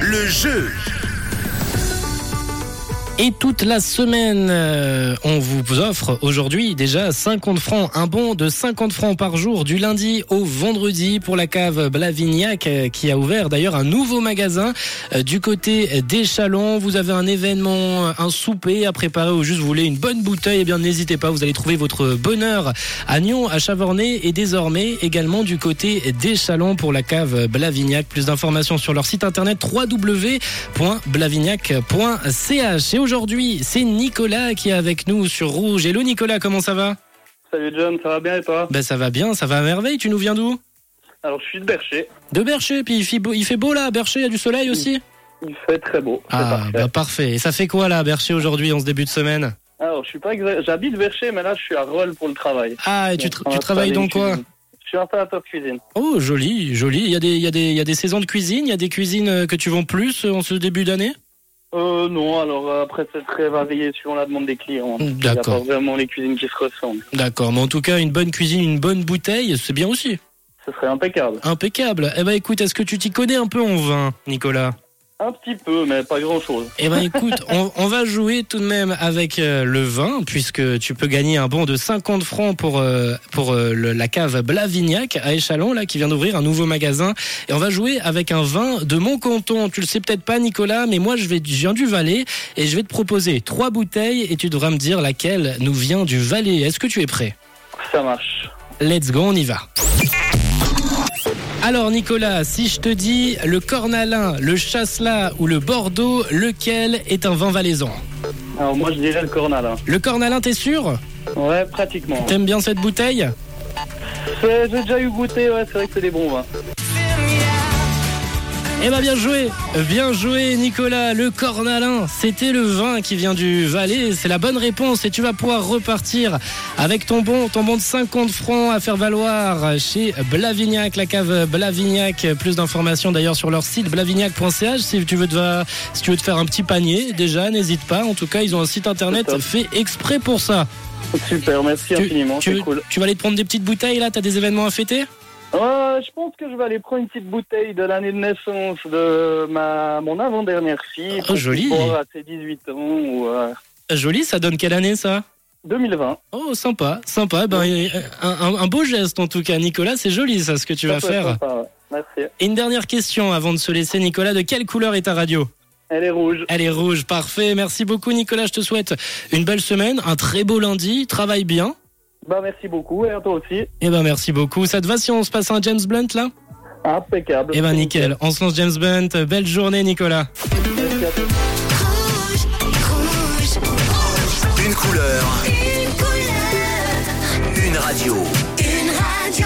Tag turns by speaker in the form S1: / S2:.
S1: Le jeu.
S2: Et toute la semaine, euh, on vous offre aujourd'hui déjà 50 francs, un bon de 50 francs par jour du lundi au vendredi pour la cave Blavignac euh, qui a ouvert d'ailleurs un nouveau magasin euh, du côté des Chalons. Vous avez un événement, un souper à préparer ou juste vous voulez une bonne bouteille, eh bien n'hésitez pas, vous allez trouver votre bonheur à Nyon, à Chavornay et désormais également du côté des Chalons pour la cave Blavignac. Plus d'informations sur leur site internet www.blavignac.ch. Et aujourd'hui, c'est Nicolas qui est avec nous sur Rouge. Hello Nicolas, comment ça va
S3: Salut John, ça va bien et toi
S2: Ben ça va bien, ça va à merveille. Tu nous viens d'où
S3: Alors je suis de Bercher,
S2: De Bercher, puis il fait beau, il fait beau là, à Bercher, il y a du soleil aussi
S3: il fait très beau. c'est
S2: Ah,
S3: parfait.
S2: bah parfait. Et ça fait quoi là, à Bercher aujourd'hui, en ce début de semaine
S3: Alors je suis pas exa- j'habite Bercher, mais là je suis à Roll pour le travail.
S2: Ah, et tu, tra- tu travailles dans quoi
S3: Je suis installateur cuisine.
S2: Oh, joli, joli. Il y, a des- il y, a des- il y a des saisons de cuisine, il y a des cuisines euh, que tu vends plus euh, en ce début d'année
S3: Euh, non, alors euh, après c'est très varié suivant la demande des clients. Il y a pas
S2: Mm, D'accord,
S3: vraiment les cuisines qui se ressemblent.
S2: d'accord. Mais en tout cas, une bonne cuisine, une bonne bouteille, c'est bien aussi.
S3: Ce serait impeccable.
S2: Impeccable. Eh ben écoute, est-ce que tu t'y connais un peu en vin, Nicolas
S3: Un petit peu, mais pas grand chose.
S2: Eh ben écoute, on, on va jouer tout de même avec euh, le vin, puisque tu peux gagner un bon de 50 francs pour, euh, pour euh, le- la cave Blavignac à Échalon, là, qui vient d'ouvrir un nouveau magasin. Et on va jouer avec un vin de mon canton. Tu le sais peut-être pas, Nicolas, mais moi, je, vais, je viens du Valais et je vais te proposer trois bouteilles et tu devras me dire laquelle nous vient du Valais. Est-ce que tu es prêt
S3: Ça marche.
S2: Let's go, on y va. Alors Nicolas, si je te dis le Cornalin, le Chasselas ou le Bordeaux, lequel est un vin valaisan
S3: Alors moi je dirais le Cornalin.
S2: Le Cornalin, t'es sûr
S3: Ouais, pratiquement.
S2: T'aimes bien cette bouteille
S3: C'est- J'ai déjà eu goûté, ouais, c'est vrai que c'est des bons vins.
S2: Eh ben bien joué Bien joué Nicolas, le Cornalin, c'était le vin qui vient du Valais, c'est la bonne réponse et tu vas pouvoir repartir avec ton bon, ton bon de 50 francs à faire valoir chez Blavignac, la cave Blavignac. Plus d'informations d'ailleurs sur leur site blavignac.ch si tu veux te, va- si tu veux te faire un petit panier déjà, n'hésite pas. En tout cas, ils ont un site internet
S3: Top.
S2: fait exprès pour ça.
S3: Super, merci infiniment,
S2: tu,
S3: c'est cool.
S2: tu vas aller te prendre des petites bouteilles là, t'as des événements à fêter
S3: Euh, je pense que je vais aller prendre une petite bouteille de l'année de naissance de ma mon avant-dernière fille.
S2: Oh,
S3: pour
S2: joli.
S3: boire à ses 18 ans ou euh,
S2: Joli, ça donne quelle année ça
S3: 2020.
S2: Oh, sympa, sympa. Ben, euh, un, un- un beau geste en tout cas, Nicolas. C'est joli ça, ce que tu vas
S3: Ça peut être
S2: faire.
S3: sympa, ouais. Merci.
S2: Et une dernière question avant de se laisser, Nicolas. De quelle couleur est ta radio
S3: Elle est rouge.
S2: Elle est rouge, parfait. Merci beaucoup, Nicolas. Je te souhaite une belle semaine, un très beau lundi. Travaille bien.
S3: Bah merci beaucoup et à toi aussi.
S2: Eh ben, merci beaucoup. Ça te va si on se passe un James Blunt là
S3: Impeccable.
S2: Eh ben, nickel. On se lance James Blunt. Belle journée, Nicolas.
S3: Merci à toi.
S4: Rouge, rouge, rouge,
S1: Une couleur,
S4: une couleur,
S1: une radio.
S4: une radio.